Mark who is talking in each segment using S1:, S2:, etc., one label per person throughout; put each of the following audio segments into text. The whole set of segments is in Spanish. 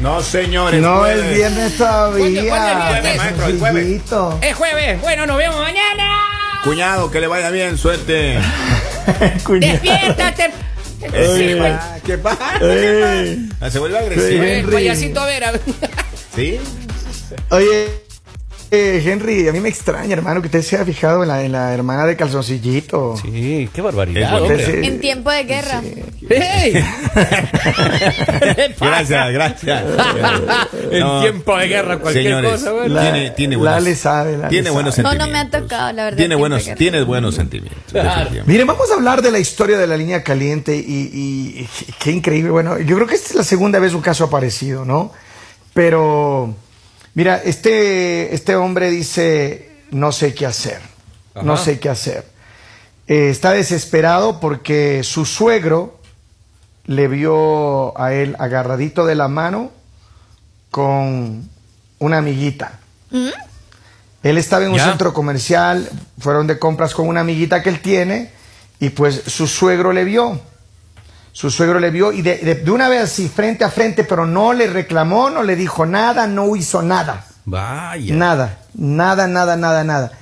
S1: No, señores. pues.
S2: No, el
S1: jueves.
S2: viernes
S3: ¿Cuándo- cuándo
S2: todavía.
S3: el viernes,
S1: maestro? ¿El jueves?
S2: Sencillito.
S3: Es jueves. Bueno, nos vemos mañana.
S1: Cuñado, que le vaya bien, suerte.
S3: Despiértate. Sí,
S1: Ey,
S3: güey.
S1: ¿Qué pasa?
S2: Ey.
S1: eh. Ah, Se vuelve agresivo.
S2: Sí.
S3: El eh, payasito a ver. a ver.
S1: ¿Sí?
S2: Oye, eh, Henry, a mí me extraña, hermano, que usted se ha fijado en la, en la hermana de calzoncillito.
S4: Sí, qué
S1: Es
S4: barbaridad,
S1: bueno.
S2: Usted
S4: hombre.
S2: se-
S5: En tiempo de guerra.
S3: ¡Ey! ¿Qué le pasa?
S1: Gracias, gracias.
S4: En
S1: No.
S4: tiempo de guerra, cualquier
S1: Señores,
S4: cosa, bueno.
S2: La-
S1: tiene, tiene
S2: la
S1: buenos,
S2: le sabe, la
S1: tiene
S2: le
S1: buenos
S5: No, no
S1: sentimientos.
S5: me ha tocado, la verdad.
S1: Tiene
S5: tiempo
S1: buenos,
S5: de guerra.
S1: tienes buenos sentimientos. definitivamente.
S2: Miren, vamos a hablar de la historia de la línea caliente y, y- y qué increíble. Bueno, yo creo que esta es la segunda vez un caso aparecido, ¿no? Pero, mira, este, este hombre dice, no sé qué hacer, no
S4: Ajá.
S2: sé qué hacer. Eh, está desesperado porque su suegro le vio a él agarradito de la mano con una amiguita. Él estaba en un
S4: Ya.
S2: centro comercial, fueron de compras con una amiguita que él tiene y pues su suegro le vio. Su suegro le vio y de, de- de una vez así, frente a frente, pero no le reclamó, no le dijo nada, no hizo nada.
S4: Vaya.
S2: Nada, nada, nada, nada, nada.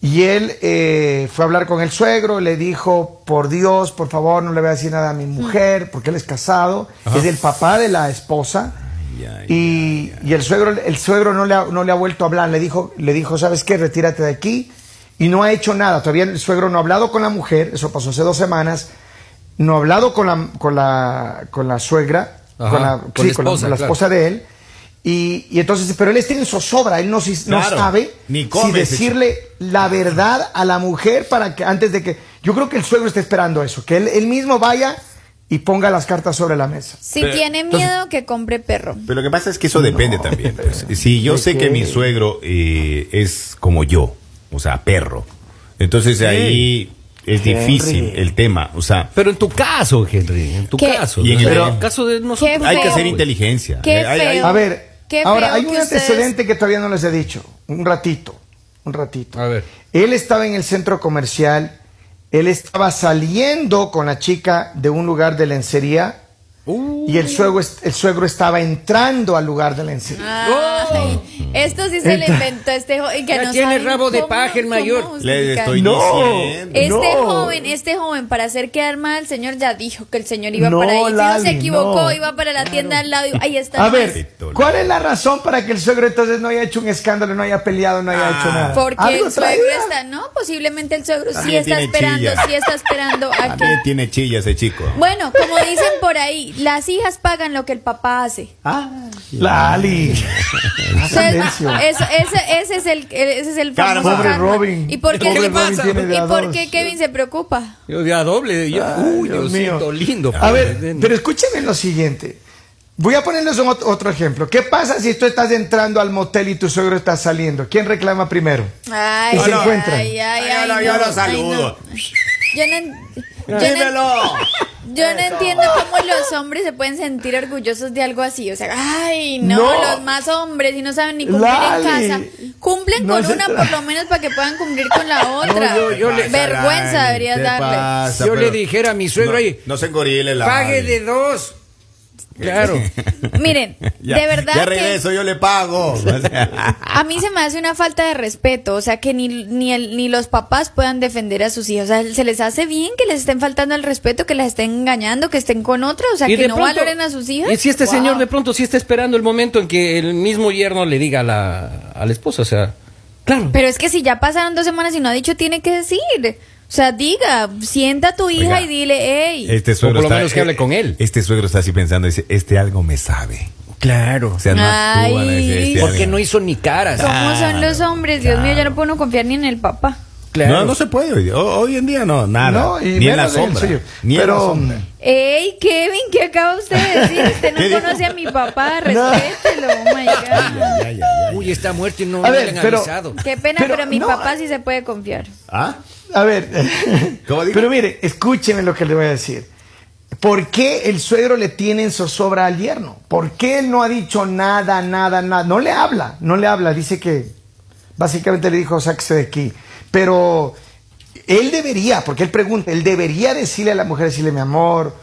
S2: Y él eh, fue a hablar con el suegro, le dijo, por Dios, por favor, no le voy a decir nada a mi mujer, porque él es casado, es el papá de la esposa.
S1: Ah. Ay, ay,
S2: y, y el suegro, el suegro no, le ha, no le ha vuelto a hablar, le dijo, le dijo, ¿sabes qué? Retírate de aquí. Y no ha hecho nada, todavía el suegro no ha hablado con la mujer, eso pasó hace dos semanas, no ha hablado con la, con la, con la suegra,
S4: Ajá,
S2: con la,
S4: con la
S2: sí, con la-
S4: esposa,
S2: con la
S4: claro.
S2: esposa de él. Y, y entonces, pero él está en zozobra, él no, si- no
S1: Claro,
S2: sabe
S1: ni
S2: si
S1: come,
S2: decirle la verdad a la mujer para que antes de que. Yo creo que el suegro está esperando eso, que él, él mismo vaya y ponga las cartas sobre la mesa.
S5: Si
S1: Pero-
S5: tiene miedo, que compre perro.
S1: Pero lo que pasa es que eso depende también. pues. Si yo sé que mi suegro eh, es como yo, o sea, perro, entonces ahí es difícil el tema. O sea,
S4: Pero en tu caso, Henry, en tu
S5: ¿Qué?
S4: caso.
S1: Y en el-
S4: pero
S1: Pero-
S4: en el caso de
S5: Qué
S4: nosotros.
S5: feo.
S1: hay que hacer
S5: pues.
S1: inteligencia. Eh,
S5: Qué
S1: Hay- hay-
S5: feo.
S2: A ver,
S5: Qué
S2: ahora
S5: feo
S2: hay
S5: que
S2: un
S5: ustedes-
S2: antecedente que todavía no les he dicho. Un ratito, un ratito.
S4: A ver.
S2: Él estaba en el centro comercial, él estaba saliendo con la chica de un lugar de lencería
S4: Uh,
S2: y el suegro, es- el suegro estaba entrando al lugar de lencería.
S5: Ah.
S3: Oh.
S5: Ay, Esto sí se le inventó a este joven. Que
S4: Ya
S5: no
S4: tiene
S5: saben
S4: rabo de
S5: cómo-
S4: paja el
S5: cómo
S4: mayor.
S5: justificar.
S1: Les estoy
S2: No.
S1: diciendo.
S5: Este
S2: No.
S5: joven, este joven, para hacer quedar mal al señor, ya dijo que el señor iba
S2: No,
S5: para ahí. Si no
S2: Lali,
S5: se equivocó,
S2: no.
S5: iba para la tienda al lado. y- Ahí está.
S2: A
S5: nomás.
S2: ver, ¿cuál es la razón para que el suegro entonces no haya hecho un escándalo, no haya peleado, no haya
S1: Ah.
S2: hecho nada?
S5: Porque
S2: ¿Algo
S5: el suegro
S2: traía?
S5: está, no, posiblemente el suegro sí
S1: También
S5: está
S1: tiene
S5: esperando,
S1: chilla.
S5: sí está esperando a que.
S1: También tiene chilla ese chico.
S5: Bueno, como dicen por ahí, las hijas pagan lo que el papá hace.
S2: Ah, la Ali. Ah,
S5: Entonces,
S2: Silencio.
S5: eso- ese, ese es el, ese es el
S1: Karma.
S5: famoso
S1: Pobre
S5: karma.
S2: Robin.
S5: ¿Y por qué,
S4: Pobre Robin
S2: tiene de
S5: ¿Y
S2: a
S5: por
S2: dos.
S5: qué Kevin se preocupa?
S4: yo de a doble. yo- uy, Dios lindo. pues.
S2: A
S4: padre.
S2: ver, pero escúchenme lo siguiente. Voy a ponerles un ot- otro ejemplo. ¿Qué pasa si tú estás entrando al motel y tu suegro está saliendo? ¿Quién reclama primero?
S5: Ay,
S2: Y se
S5: ay,
S2: encuentran.
S5: ay, ay,
S1: Ay, hola, yo
S5: no,
S1: lo
S5: ay,
S1: saludo.
S5: no. Yo no, en- yo no en- yo no entiendo cómo los hombres se pueden sentir orgullosos de algo así. O sea, ay, no,
S2: No.
S5: los más hombres y no saben ni cumplir
S2: Lali.
S5: en casa. Cumplen
S2: No
S5: con
S2: se
S5: una
S2: tra-
S5: por lo menos para que puedan cumplir con la otra.
S4: yo- yo le-
S5: Vergüenza deberías darle.
S4: Yo le dijera a mi suegro
S1: suegro
S4: ahí,
S1: No se engoriles la madre.
S4: pague de dos. Claro.
S5: Miren,
S1: Ya,
S5: de verdad
S1: Ya
S5: que-
S1: regreso, yo le pago. O sea,
S5: A mí se me hace una falta de respeto, o sea, que ni, ni, el- ni los papás puedan defender a sus hijos. O sea, se les hace bien que les estén faltando el respeto, que las estén engañando, que estén con otro, o sea,
S4: Y
S5: que
S4: de
S5: no
S4: pronto-
S5: valoren a sus hijas.
S4: Y si este
S5: Wow.
S4: señor de pronto sí está esperando el momento en que el mismo yerno le diga a la, a la esposa, o sea, claro.
S5: Pero es que si ya pasaron dos semanas y no ha dicho, tiene que decir. O sea, diga, sienta a tu hija
S1: Oiga,
S5: y dile, hey.
S1: este
S4: por lo menos que hable con él.
S1: Este suegro está así pensando, dice, este algo me sabe.
S4: claro.
S1: O sea, no
S5: Ay.
S1: actúa, dice, este
S4: Porque
S1: algo-
S4: no hizo ni caras.
S5: ¿Cómo son los hombres? Dios mío, ya
S1: claro.
S5: no puedo confiar ni en el papá.
S4: Claro.
S1: No, no se puede. hoy- ho- Hoy en día no, nada.
S2: No, y
S1: ni en la
S2: menos en el
S1: sombra.
S2: suyo.
S1: Ni en la
S2: Pero, mm,
S1: sombra.
S4: mm,
S5: Ey, Kevin, ¿qué acaba usted de decir? Usted
S1: ¿Qué
S5: no
S1: dijo?
S5: conoce a mi papá,
S2: No.
S5: respételo, oh my God.
S1: Ya, ya, ya, ya.
S4: Uy, está muerto y no,
S2: A
S4: no
S2: ver,
S4: le han
S2: pero-
S4: avisado.
S5: Qué pena,
S2: Pero
S5: pero, mi
S2: no-
S5: papá sí se puede confiar.
S1: ¿Ah?
S2: A ver,
S1: ¿Cómo dijo?
S2: pero mire, escúcheme lo que le voy a decir. ¿Por qué el suegro le tiene en zozobra al yerno? ¿Por qué él no ha dicho nada, nada, nada? No le habla, no le habla. Dice que básicamente le dijo, sáquese de aquí. Pero él debería, porque él pregunta, él debería decirle a la mujer, decirle, mi amor,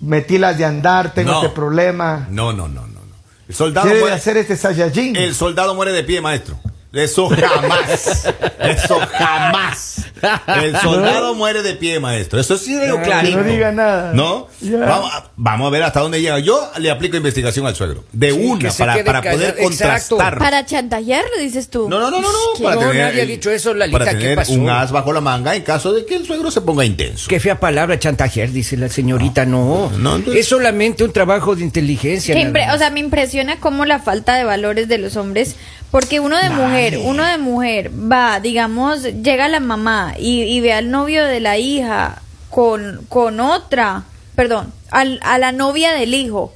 S2: metí las de andar, tengo
S1: No.
S2: este problema.
S1: No, no, no, no. no. El soldado
S2: Debe de
S1: muere,
S2: hacer este Saiyajin.
S1: el soldado muere de pie, maestro. Eso jamás. Eso jamás. El soldado muere de pie, maestro. Eso sí lo
S4: Ah,
S1: digo
S2: No,
S1: clarito.
S2: no diga nada.
S1: ¿No?
S2: Ya.
S1: Vamos, a, vamos a ver hasta dónde llega. Yo le aplico investigación al suegro. De una,
S4: que se
S1: para,
S4: quede
S1: para poder
S4: callado. Exacto.
S1: contrastar.
S5: Para chantajearlo, dices tú.
S1: No, no, no, no, no.
S4: Que no, nadie ha dicho eso, Lalita,
S1: para
S4: ¿qué
S1: tener
S4: pasó?
S1: un as bajo la manga en caso de que el suegro se ponga intenso.
S4: Qué fea palabra chantajear, dice la señorita. No,
S1: No, no.
S4: es solamente un trabajo de inteligencia.
S5: Que
S4: nada
S5: impre-
S4: más.
S5: o sea, me impresiona cómo la falta de valores de los hombres, porque uno de mujer, uno de mujer va, digamos, llega la mamá y, y ve al novio de la hija con, con otra, perdón, al- a la novia del hijo,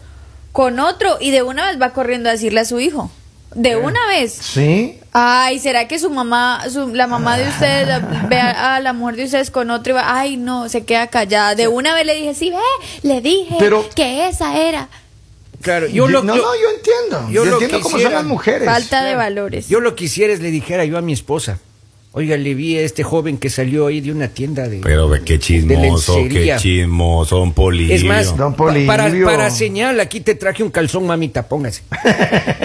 S5: con otro, y de una vez va corriendo a decirle a su hijo, de una vez.
S2: Sí.
S5: Ay, ¿será que su mamá, su- la mamá de ustedes la- ve a, a la mujer de ustedes con otro y va, ay, no, se queda callada? De una vez le dije, sí, ve, le dije
S2: Pero-
S5: que esa era.
S4: claro, yo, lo,
S2: no,
S4: yo-
S2: no, yo entiendo. Yo,
S4: yo lo
S2: entiendo cómo son
S4: quisiera.
S2: las
S1: Pues,
S2: mujeres.
S5: Falta de valores.
S4: yo lo quisiera es le dijera yo a mi esposa. Oiga, le vi a este joven que salió ahí de una tienda de.
S1: Pero ve, qué chismoso,
S4: De lencería.
S1: qué chismoso, un polillo.
S4: es más,
S2: Don
S4: pa- para,
S2: Polibio.
S4: para señal, aquí te traje un calzón, mamita, póngase.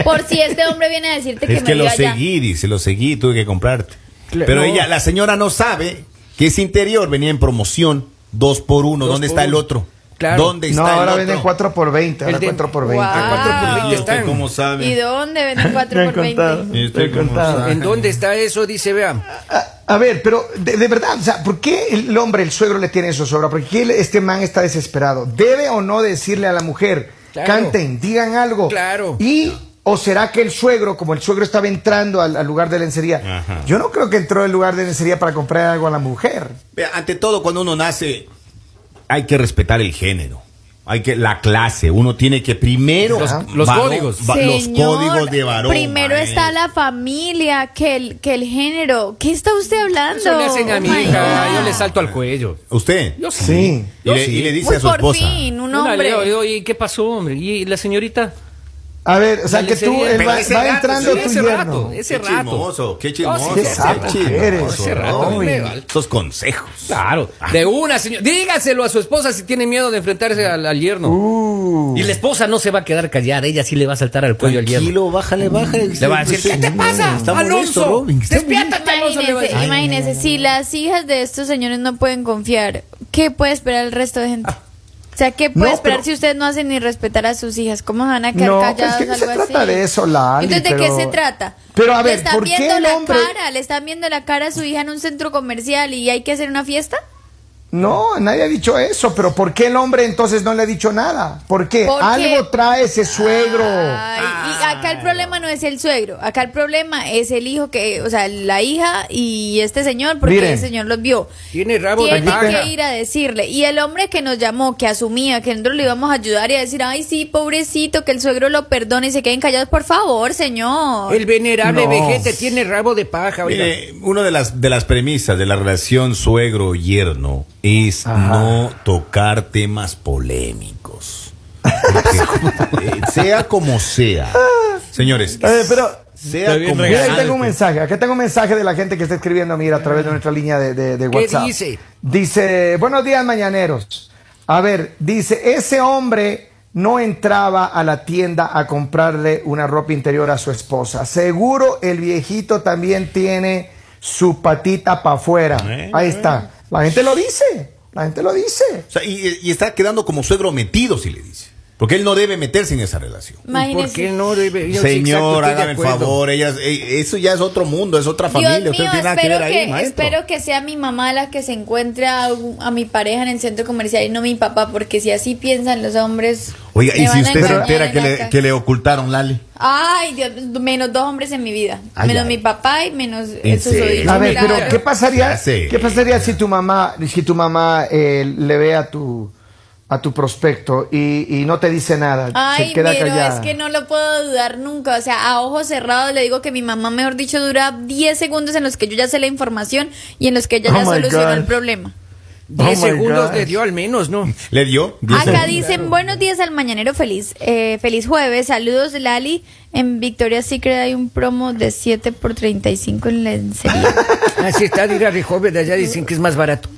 S5: Por si este hombre viene a decirte que
S1: es
S5: me
S1: que lo
S5: diga ya.
S1: seguí, dice, lo seguí, tuve que comprarte.
S4: Cla-
S1: Pero
S4: no.
S1: ella, la señora no sabe que ese interior venía en promoción, dos por uno.
S4: Dos
S1: ¿Dónde
S4: por
S1: está el
S4: uno.
S1: otro?
S4: Claro.
S1: ¿Dónde está
S2: No,
S1: el
S2: ahora
S1: otro?
S2: venden 4 por 20, ahora
S4: El de-
S2: 4 por 20.
S5: Guau.
S4: cuatro por
S5: Ah.
S1: ¿Y
S4: 20
S1: usted
S4: están.
S1: cómo sabe?
S5: ¿Y dónde venden 4
S2: Me han
S5: por 20?
S2: contado.
S1: ¿Y usted
S2: Estoy
S1: cómo
S2: contado.
S1: sabe?
S4: ¿En dónde está eso? Dice, vean.
S2: A, a ver, pero de, de verdad, o sea, ¿por qué el hombre, el suegro, le tiene eso sobra? ¿Por qué este man está desesperado? ¿Debe o no decirle a la mujer,
S4: Claro.
S2: canten, digan algo?
S4: Claro.
S2: ¿Y o será que el suegro, como el suegro estaba entrando al, al lugar de lencería?
S1: Ajá.
S2: Yo no creo que entró al lugar de lencería para comprar algo a la mujer.
S1: Vea, Ante todo, cuando uno nace, hay que respetar el género. Hay que la clase, uno tiene que primero
S4: Los- los códigos.
S1: los
S5: Señor,
S1: códigos de varón.
S5: Primero
S1: mae.
S5: está la familia que el, que el género. ¿Qué está usted hablando?
S4: Eso le hacen a mi
S5: Oh my
S4: hija,
S5: God.
S4: yo le salto al cuello.
S1: usted
S4: Yo sí.
S2: Sí.
S1: y
S4: Yo
S1: le,
S4: sí.
S1: y le dice
S5: Muy
S1: a su
S5: por
S1: esposa.
S5: fin, un
S4: Yo la
S5: hombre.
S4: leo, yo, ¿y qué pasó, hombre? ¿Y la señorita?
S2: A ver, o sea,
S4: La
S2: que tú,
S4: lencería.
S2: él
S4: Pero
S2: va,
S1: ese
S2: va
S1: rato,
S2: entrando
S1: sí,
S2: tu
S1: ese
S2: yerno.
S4: rato. Ese
S1: qué
S4: rato.
S1: chismoso, qué
S4: Oh,
S1: chismoso,
S4: sí,
S2: qué sapo que
S1: chismoso,
S2: eres.
S4: Ese rato,
S1: hombre.
S4: ilegal.
S1: Estos consejos. Ah,
S4: Claro. De una señora. Dígaselo a su esposa si tiene miedo de enfrentarse al, al yerno.
S1: Uh.
S4: Y la esposa no se va a quedar callada, ella sí le va a saltar al cuello al yerno.
S1: Tranquilo, bájale, bájale.
S4: Le va a decir, ¿qué te pasa,
S1: Está molesto,
S4: Alonso?
S1: Robin, está
S4: Despiértate, Alonso. le va a
S5: Imagínese,
S4: decir.
S5: imagínese, si las hijas de estos señores no pueden confiar, ¿qué puede esperar el resto de gente? O sea, ¿qué puede
S2: Ah. No,
S5: esperar
S2: pero-
S5: si ustedes no hacen ni respetar a sus hijas? ¿Cómo se van a quedar
S2: No, pero es
S5: callados?
S2: que no se
S5: algo
S2: trata
S5: así?
S2: de eso, Lali,
S5: Entonces, ¿de
S2: pero-
S5: qué se trata?
S2: Pero, a ver,
S5: ¿Le están
S2: ¿por qué
S5: viendo
S2: el
S5: la
S2: hombre-
S5: cara? ¿Le están viendo la cara a su hija en un centro comercial y hay que hacer una fiesta?
S2: No, nadie ha dicho eso, pero ¿por qué el hombre entonces no le ha dicho nada? ¿Por qué? Ah,
S5: Porque-
S2: Algo trae ese suegro.
S5: Ay, y acá el problema no es el suegro, acá el problema es el hijo que, o sea, la hija y este señor, porque
S2: Miren.
S5: el señor los vio.
S4: Tiene rabo de
S5: Tiene
S4: paja.
S5: que ir a decirle. Y el hombre que nos llamó, que asumía que nosotros le íbamos a ayudar y a decir, ay, sí, pobrecito, que el suegro lo perdone y se queden callados, por favor, señor.
S4: El venerable
S2: No.
S4: vejete tiene rabo de paja, oiga.
S1: Mire, una de las, de las premisas de la relación suegro-yerno es no tocar temas polémicos. Porque, eh, sea como sea. Señores,
S2: Eh, pero-
S1: sea
S4: Está bien
S1: como
S2: Mira,
S4: regalado.
S2: ahí
S1: sea.
S2: tengo un mensaje. Acá tengo un mensaje de la gente que está escribiendo a mí a través de nuestra línea de, de- de
S4: ¿Qué
S2: WhatsApp.
S4: dice?
S2: Dice, buenos días, mañaneros. A ver, dice, ese hombre no entraba a la tienda a comprarle una ropa interior a su esposa. Seguro el viejito también tiene su patita para afuera.
S1: Eh,
S2: Ahí está. La gente lo dice. La gente lo dice.
S1: O sea, y, y está quedando como suegro metido, si le dice. Porque él no debe meterse en esa relación.
S4: ¿Por qué
S5: Imagínese.
S4: no debe? Yo sí, exacto,
S1: Señor,
S4: estoy de
S1: hágame el
S4: acuerdo.
S1: favor. ellas- eh, eso ya es otro mundo, es otra
S5: Dios
S1: familia.
S5: mío,
S1: Usted no tiene nada que ver
S5: espero,
S1: ahí,
S5: que,
S1: maestro.
S5: espero que sea mi mamá la que se encuentre a, un- a mi pareja en el centro comercial y no mi papá, porque si así piensan los hombres.
S1: Oiga,
S5: me
S1: y si
S5: van a
S1: usted se
S5: engañar
S1: entera
S5: en
S1: que
S5: la
S1: le,
S5: ca-
S1: que le ocultaron, Lali.
S5: Ay, Dios, menos dos hombres en mi vida.
S1: Ay,
S5: menos
S1: ay.
S5: mi papá y menos
S1: ¿En
S5: esos
S1: serio?
S5: oídos.
S2: A ver,
S5: Claro.
S2: pero ¿qué
S1: Ya
S2: pasaría?
S1: sé.
S2: ¿Qué pasaría si tu mamá, si tu mamá eh, le ve a tu a tu prospecto y, y no te dice nada?
S5: Ay,
S2: se queda
S5: pero
S2: callada.
S5: es que no lo puedo dudar nunca. O sea, a ojos cerrados le digo que mi mamá, mejor dicho, dura 10 segundos en los que yo ya sé la información y en los que ella
S2: Oh
S5: ya
S2: my
S5: solucionó
S2: God.
S5: el problema.
S4: Diez
S2: Oh my
S4: segundos
S2: God.
S4: le dio al menos, ¿no?
S1: ¿Le dio? diez
S5: Acá
S1: segundos.
S5: dicen, buenos días al mañanero feliz. Eh, feliz jueves. Saludos, Lali. En Victoria Secret hay un promo de 7 por 35 en lencería.
S4: Ah, Así está, dirá de joven de allá, dicen que es más barato.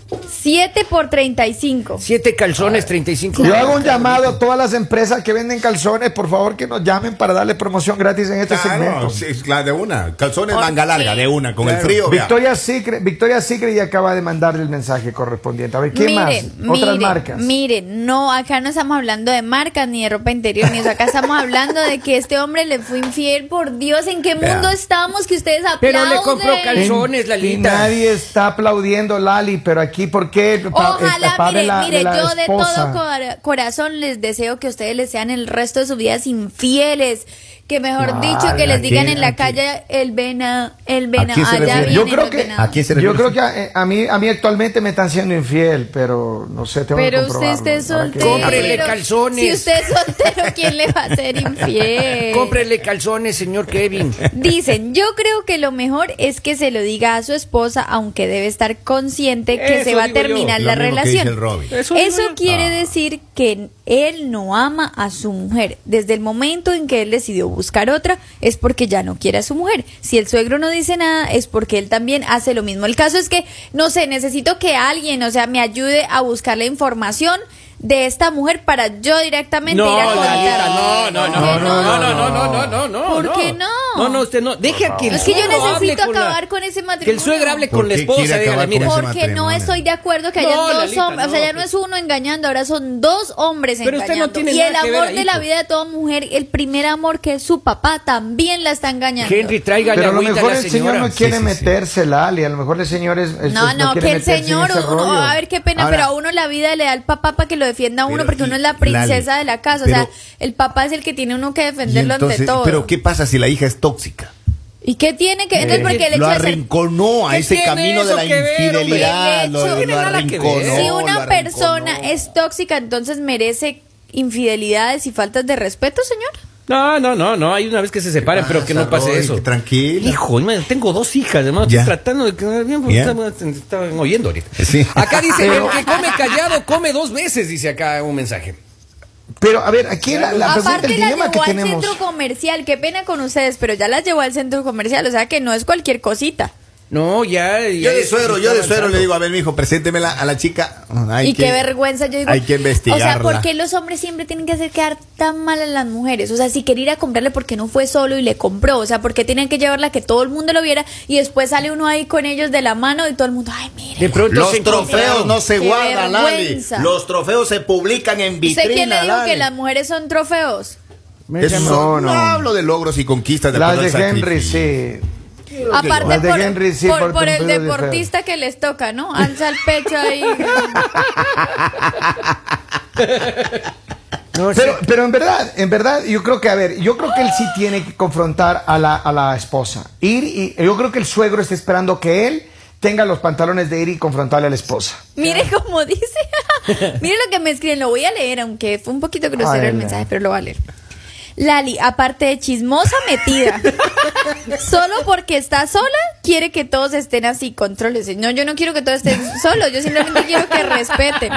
S5: 7 por 35.
S4: Siete calzones, 35
S2: Yo hago un llamado a todas las empresas que venden calzones, por favor que nos llamen para darle promoción gratis en este segmento.
S1: Claro, sí, claro, de una. Calzones
S5: Ok.
S1: manga larga, de una, con el
S2: Claro.
S1: frío. vea.
S2: Victoria Secret, Victoria Secret ya acaba de mandarle el mensaje correspondiente. A ver, ¿qué más? Otras marcas.
S5: Miren, no, acá no estamos hablando de marcas ni de ropa interior, ni eso. Acá estamos hablando de que este hombre le fue infiel. Por Dios, ¿en qué
S1: Vea.
S5: mundo estamos que ustedes aplauden?
S4: Pero le compró calzón. Calzones,
S2: Y
S4: Lalita.
S2: nadie está aplaudiendo Lali, pero aquí, ¿por qué? el pa- el
S5: Ojalá,
S2: papá de
S5: mire,
S2: la- de
S5: mire,
S2: la
S5: yo de
S2: esposa?
S5: todo cora- corazón les deseo que ustedes les sean el resto de sus vidas infieles. Que mejor dicho, que
S1: ¿a
S5: les digan
S1: quién-
S5: en la
S1: a quién?
S5: calle el vena, el
S1: ¿A
S5: vena,
S1: quién se
S5: allá
S1: refiere?
S5: vienen
S2: Yo creo
S5: los
S2: que-
S5: venados.
S1: ¿A quién se
S2: Yo
S1: refiere?
S2: creo que a, a mí, a mí actualmente me están siendo infiel, pero no sé, tengo
S5: Pero
S2: que
S5: usted
S2: comprobarlo.
S5: esté
S2: ¿verdad que-
S5: soltero.
S4: Cómprele calzones.
S5: Si usted es soltero, ¿quién le va a ser infiel?
S4: Cómprele calzones, señor Kevin.
S5: Dicen, yo creo que lo mejor es que se lo diga a su esposa, aunque debe estar consciente que
S4: Eso
S5: se va a
S4: digo yo,
S5: terminar
S1: lo
S5: la
S1: mismo que
S5: relación.
S1: dice el Robin. Ah.
S5: Eso, quiere decir que él no ama a su mujer. Desde el momento en que él decidió buscar otra, es porque ya no quiere a su mujer. Si el suegro no dice nada, es porque él también hace lo mismo. El caso es que, no sé, necesito que alguien, o sea, me ayude a buscar la información de esta mujer para yo directamente ir a
S4: Lalita,
S5: contar.
S4: no, no,
S5: Que
S4: no, no, no, no, no, no, no, no.
S5: ¿Por
S4: no.
S5: qué no?
S4: No, no, usted no. Deje a que el
S5: Es que yo
S4: suegro hable
S5: necesito
S4: con la-
S5: acabar con ese
S4: Que el
S5: matrimonio.
S4: suegro hable
S1: ¿Por
S4: con la
S1: qué
S4: esposa.
S1: quiere
S4: Dígale,
S1: acabar con
S4: mira.
S1: ese
S5: Porque no
S1: matrimonio.
S5: estoy de acuerdo que
S4: No,
S5: hayan dos
S4: Lalita,
S5: hombres, o sea,
S4: no,
S5: ya no
S4: pues.
S5: es uno engañando, ahora son dos hombres
S4: Pero usted no
S5: engañando.
S4: tiene
S5: y
S4: nada
S5: el
S4: que ver
S5: amor
S4: ahí,
S5: de la
S4: pues.
S5: vida de toda mujer, el primer amor que es su papá, también la está engañando.
S4: Henry, traiga
S2: Pero a lo
S4: agüita a
S2: mejor
S4: la
S2: el
S4: señora.
S2: señor no
S1: Sí,
S2: quiere
S1: sí, sí.
S2: meterse, Lali. A lo mejor el señor es. es-
S5: no, no,
S2: quiere
S5: que el
S2: meterse en
S5: señor,
S2: ese
S5: uno,
S2: rollo.
S5: a ver qué pena,
S1: Ahora-
S5: pero a uno la vida le da el papá para que lo defienda a uno,
S1: Pero,
S5: porque
S1: y-
S5: uno es la princesa
S1: Lali,
S5: de la casa, o sea,
S1: pero-
S5: el papá es el que tiene uno que
S1: Y
S5: defenderlo ante
S1: entonces-
S5: todo.
S1: Pero ¿qué pasa si la hija es tóxica?
S5: ¿Y qué tiene que entonces porque el hecho
S1: lo
S5: de ser
S1: arrinconó a
S4: ¿Qué
S1: ese
S4: tiene
S1: camino de
S4: eso
S1: la
S4: que ver,
S1: infidelidad. lo-
S5: hombre? No
S1: Lo,
S5: tiene
S4: nada que ver.
S1: arrinconó.
S5: si
S1: lo
S5: una
S1: arrinconó.
S5: persona es tóxica, entonces merece infidelidades y faltas de respeto, señor.
S4: No, no, no, no. Hay una vez que se
S2: Ah,
S4: separen, pero que no
S1: Pasa,
S4: pase
S1: Roy,
S4: eso.
S1: tranquila.
S4: Hijo, hermano, tengo dos hijas, hermano.
S1: Ya.
S4: Estoy tratando de quedar bien porque
S1: Bien.
S4: estaban estaban oyendo ahorita.
S1: Sí.
S4: Acá dice: el que come callado come dos veces, dice acá un mensaje.
S2: Pero a ver, aquí la, la pregunta,
S5: Aparte
S2: el
S5: la
S2: dilema que
S5: llevó al
S2: tenemos.
S5: centro comercial, qué pena con ustedes, pero ya la llevó al centro comercial, o sea que no es cualquier cosita.
S4: No, ya. ya
S1: Yo de
S4: eso
S1: suero, yo
S4: está
S1: de
S4: avanzando.
S1: suero le digo, a ver, mijo, preséntemela a la chica. Hay
S5: y qué vergüenza, yo digo.
S1: Hay que investigarla.
S5: O sea, ¿por qué los hombres siempre tienen que hacer quedar tan mal a las mujeres? O sea, si quería ir a comprarle, ¿por qué no fue solo y le compró? O sea, ¿por qué tenían que llevarla a que todo el mundo lo viera y después sale uno ahí con ellos de la mano y todo el mundo, ay, mire.
S4: De pronto se
S1: Los
S4: encontraron.
S1: trofeos no se
S5: Qué
S1: guardan, Lali.
S5: vergüenza.
S1: Los trofeos se publican en vitrina,
S5: ¿Usted quién le dijo
S1: Lali.
S5: que las mujeres son trofeos?
S1: Eso
S2: No,
S1: no,
S2: no.
S1: hablo de logros y conquistas de
S2: La
S1: acuerdo
S2: de
S1: al
S2: Henry,
S1: sacrificio.
S2: sí.
S5: Aparte
S2: Las de
S5: por,
S2: Henry, sí,
S5: por-
S2: por
S5: por el
S2: cumplido de
S5: deportista que les toca, ¿no? Alza el pecho ahí.
S4: No,
S2: Pero,
S4: sí.
S2: pero en verdad, en verdad, yo creo que, a ver, yo creo que él sí tiene que confrontar a la, a la esposa. Ir y yo creo que el suegro está esperando que él tenga los pantalones de ir y confrontarle a la esposa.
S5: Mire cómo dice. Mire lo que me escriben. Lo voy a leer, aunque fue un poquito
S2: A
S5: grosero
S2: ver,
S5: el
S2: lea.
S5: mensaje, pero lo voy a leer. Lali, aparte de chismosa metida, solo porque está sola, quiere que todos estén así, controles. No, yo no quiero que todos estén solos, yo simplemente quiero que respeten.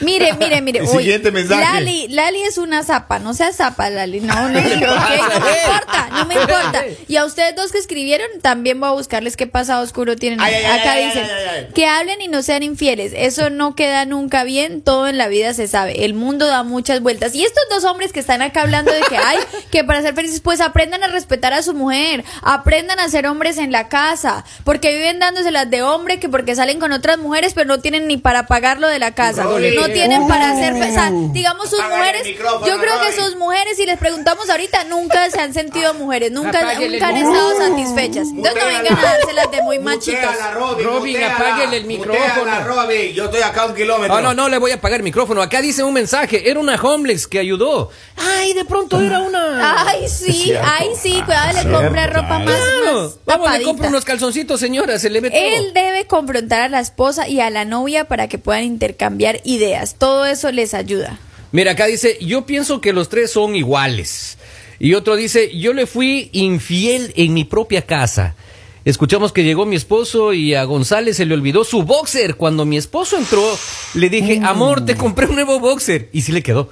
S5: Mire, mire, mire.
S1: El
S5: uy,
S1: siguiente mensaje.
S5: Lali, Lali es una zapa, no sea zapa, Lali. No, no, no, ok, no me importa, no me importa. Y a ustedes dos que escribieron, también voy a buscarles qué pasado oscuro tienen.
S1: Ay, ay, ay,
S5: Acá
S1: ay,
S5: dicen,
S1: ay, ay, ay.
S5: que hablen y no sean infieles, eso no queda nunca bien, todo en la vida se sabe, el mundo da muchas vueltas. Y estos dos hombres que están acá hablando de que hay que para ser felices, pues aprendan a respetar a su mujer, aprendan a ser hombres en la casa, porque viven dándoselas de hombre, que porque salen con otras mujeres, pero no tienen ni para pagar lo de la casa,
S4: Roy.
S5: no tienen para hacer, o sea, digamos sus
S1: Apágale el
S5: mujeres,
S1: micrófono,
S5: yo creo que
S1: Roy.
S5: sus mujeres, si les preguntamos ahorita, nunca se han sentido mujeres, nunca,
S4: Apáguele el
S5: nunca han
S4: micrófono.
S5: estado satisfechas. Entonces no
S1: Muteala.
S5: vengan a dárselas de muy machitos.
S1: Muteala, Robin,
S4: Robin,
S1: muteala,
S4: apáguele el
S1: muteala,
S4: micrófono.
S1: Robin, yo estoy acá a un kilómetro.
S4: Ah, No, no, no le voy a apagar el micrófono. Acá dice un mensaje. Era una homeless que ayudó. Ay, de pronto era una.
S5: Ay, sí, ay,
S1: Ah,
S5: sí, cuidado, le compra ropa más,
S4: Claro.
S5: más
S4: Vamos, le
S5: tapadita.
S4: compro unos calzoncitos, señora. Se le ve todo.
S5: Él debe confrontar a la esposa y a la novia para que puedan intercambiar ideas. Todo eso les ayuda.
S4: Mira, acá dice, yo pienso que los tres son iguales. Y otro dice, yo le fui infiel en mi propia casa. Escuchamos que llegó mi esposo y a González se le olvidó su boxer. Cuando mi esposo entró, le dije,
S5: Mm.
S4: amor, te compré un nuevo boxer. Y sí le quedó.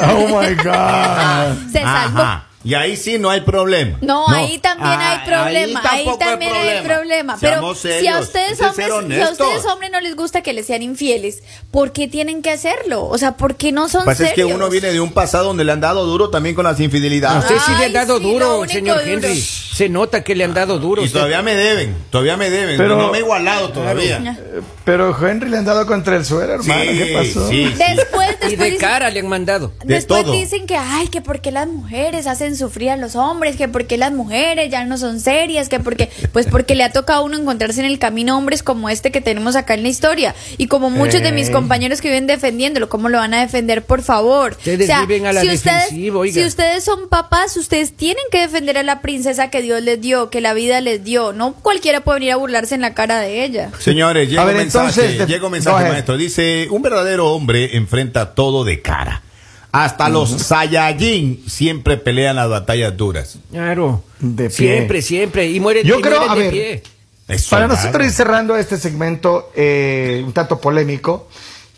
S2: Oh my God.
S5: Ah, Se salvó.
S1: Ah, Ajá. Y ahí sí no hay problema.
S5: No,
S1: No.
S5: ahí también
S1: Ah,
S5: hay problema,
S1: ahí
S5: ahí,
S1: tampoco hay
S5: también hay
S1: problema.
S5: problema. Pero
S1: Seamos
S5: si a
S1: serios,
S5: ustedes
S1: hay que ser
S5: hombres, si a
S1: honestos.
S5: ustedes hombres no les gusta que les sean infieles, ¿por qué tienen que hacerlo? O sea, ¿por qué no son
S1: Pasa Pues es
S5: serios?
S1: que uno viene de un pasado donde le han dado duro también con las
S4: A
S1: infidelidades.
S4: usted sí le
S5: Ay,
S4: han dado
S5: Ah, sí, lo
S4: duro,
S5: único
S4: señor
S5: duro.
S4: Henry. Se nota que le han dado duro.
S1: Y
S4: usted.
S1: todavía me deben, todavía me deben.
S2: Pero-
S1: no me he igualado todavía.
S2: Pero Henry le han dado contra el suelo, hermano. ¿Qué pasó?
S1: sí, sí.
S5: Después, después
S4: Y de
S5: dicen-
S4: cara le han mandado.
S1: De
S5: Después
S1: todo.
S5: dicen que, ay, que porque las mujeres hacen sufrir a los hombres, que porque las mujeres ya no son serias, que porque, pues porque le ha tocado a uno encontrarse en el camino hombres como este que tenemos acá en la historia. Y como muchos de
S4: Eh.
S5: mis
S2: Ey.
S5: compañeros que viven defendiéndolo, ¿cómo lo van a defender, por favor?
S4: Ustedes viven a la defensiva, oiga.
S5: si ustedes son papás, ustedes tienen que defender a la princesa que Dios les dio, que la vida les dio. No cualquiera puede venir a burlarse en la cara de ella.
S1: Señores, llega
S2: A ver,
S1: un mensaje,
S2: entonces, de-
S1: llega un mensaje,
S2: no, eh.
S1: maestro. Dice, un verdadero hombre enfrenta todo de cara. Hasta los Saiyajin siempre pelean las batallas duras.
S4: Claro.
S2: De pie.
S4: Siempre, siempre. Y muere
S2: Yo
S4: y
S2: creo,
S4: mueren
S2: a
S4: de
S2: ver,
S4: pie.
S1: Eso,
S2: Para
S1: claro.
S2: nosotros ir cerrando este segmento eh, un tanto polémico,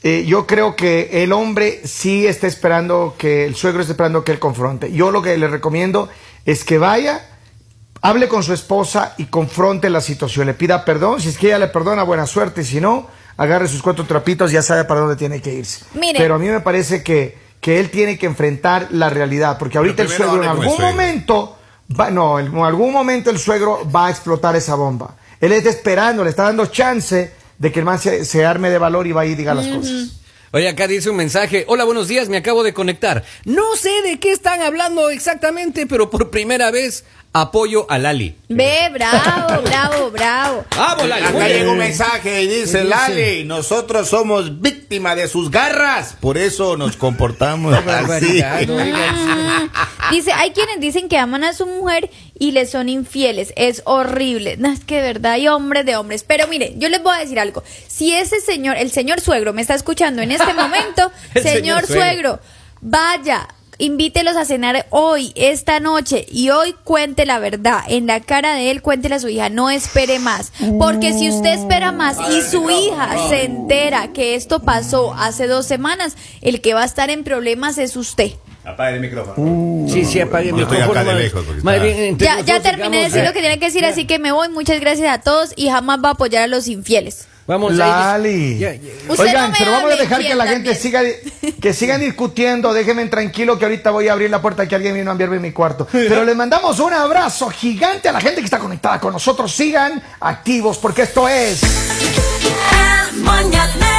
S2: eh, yo creo que el hombre sí está esperando que el suegro está esperando que él confronte. Yo lo que le recomiendo es que vaya, hable con su esposa y confronte la situación. Le pida perdón, si es que ella le perdona, buena suerte, si no, agarre sus cuatro trapitos, ya sabe para dónde tiene que irse.
S5: Mire.
S2: Pero a mí me parece que, que él tiene que enfrentar la realidad, porque ahorita el
S1: primero
S2: suegro en
S1: hable con el
S2: algún
S1: suegro.
S2: momento momento va- no, en algún momento el suegro va a explotar esa bomba. Él está esperando, le está dando chance de que el man se, se arme de valor y vaya y diga las cosas.
S4: Oye, acá dice un mensaje. Hola, buenos días, me acabo de conectar. No sé de qué están hablando exactamente, pero por primera vez apoyo a Lali.
S5: Ve, bravo, bravo, bravo.
S4: ¡Vamos, Lali! muy
S1: Acá
S4: bien.
S1: llega un mensaje y dice, Lali, nosotros somos víctima de sus garras. Por eso nos comportamos así.
S4: barbaridad, oiga.
S5: Dice, hay quienes dicen que aman a su mujer y le son infieles. Es horrible. No, es que de verdad hay hombres de hombres. Pero mire, yo les voy a decir algo. Si ese señor, el señor suegro, me está escuchando en este momento,
S4: El señor
S5: señor,
S4: suegro.
S5: suegro, vaya. Invítelos a cenar hoy, esta noche, y hoy cuente la verdad. En la cara de él, cuéntele a su hija, no espere más. Porque si usted espera más y su hija se entera que esto pasó hace dos semanas, el que va a estar en problemas es usted.
S1: Apaga el micrófono.
S4: Sí, sí, apague el
S1: Yo estoy
S4: micrófono,
S1: acá de
S4: madre.
S1: lejos, porque
S4: Madre,
S1: está-
S4: entre
S5: Ya,
S4: los
S5: ya
S4: dos,
S5: terminé de
S4: digamos,
S5: decir
S4: eh,
S5: lo que tenía que decir, así que me voy. Muchas gracias a todos y jamás va a apoyar a los infieles.
S4: eh, Vamos, ahí dice-
S2: Lali.
S4: Ya, ya.
S5: Usted
S2: Oigan,
S5: no me
S2: pero vamos a
S5: hable,
S2: dejar que la
S5: infiel
S2: gente siga que sigan discutiendo, déjenme tranquilo que ahorita voy a abrir la puerta que alguien vino a enviarme en mi cuarto. Pero les mandamos un abrazo gigante a la gente que está conectada con nosotros. Sigan activos porque esto es
S6: El mañanero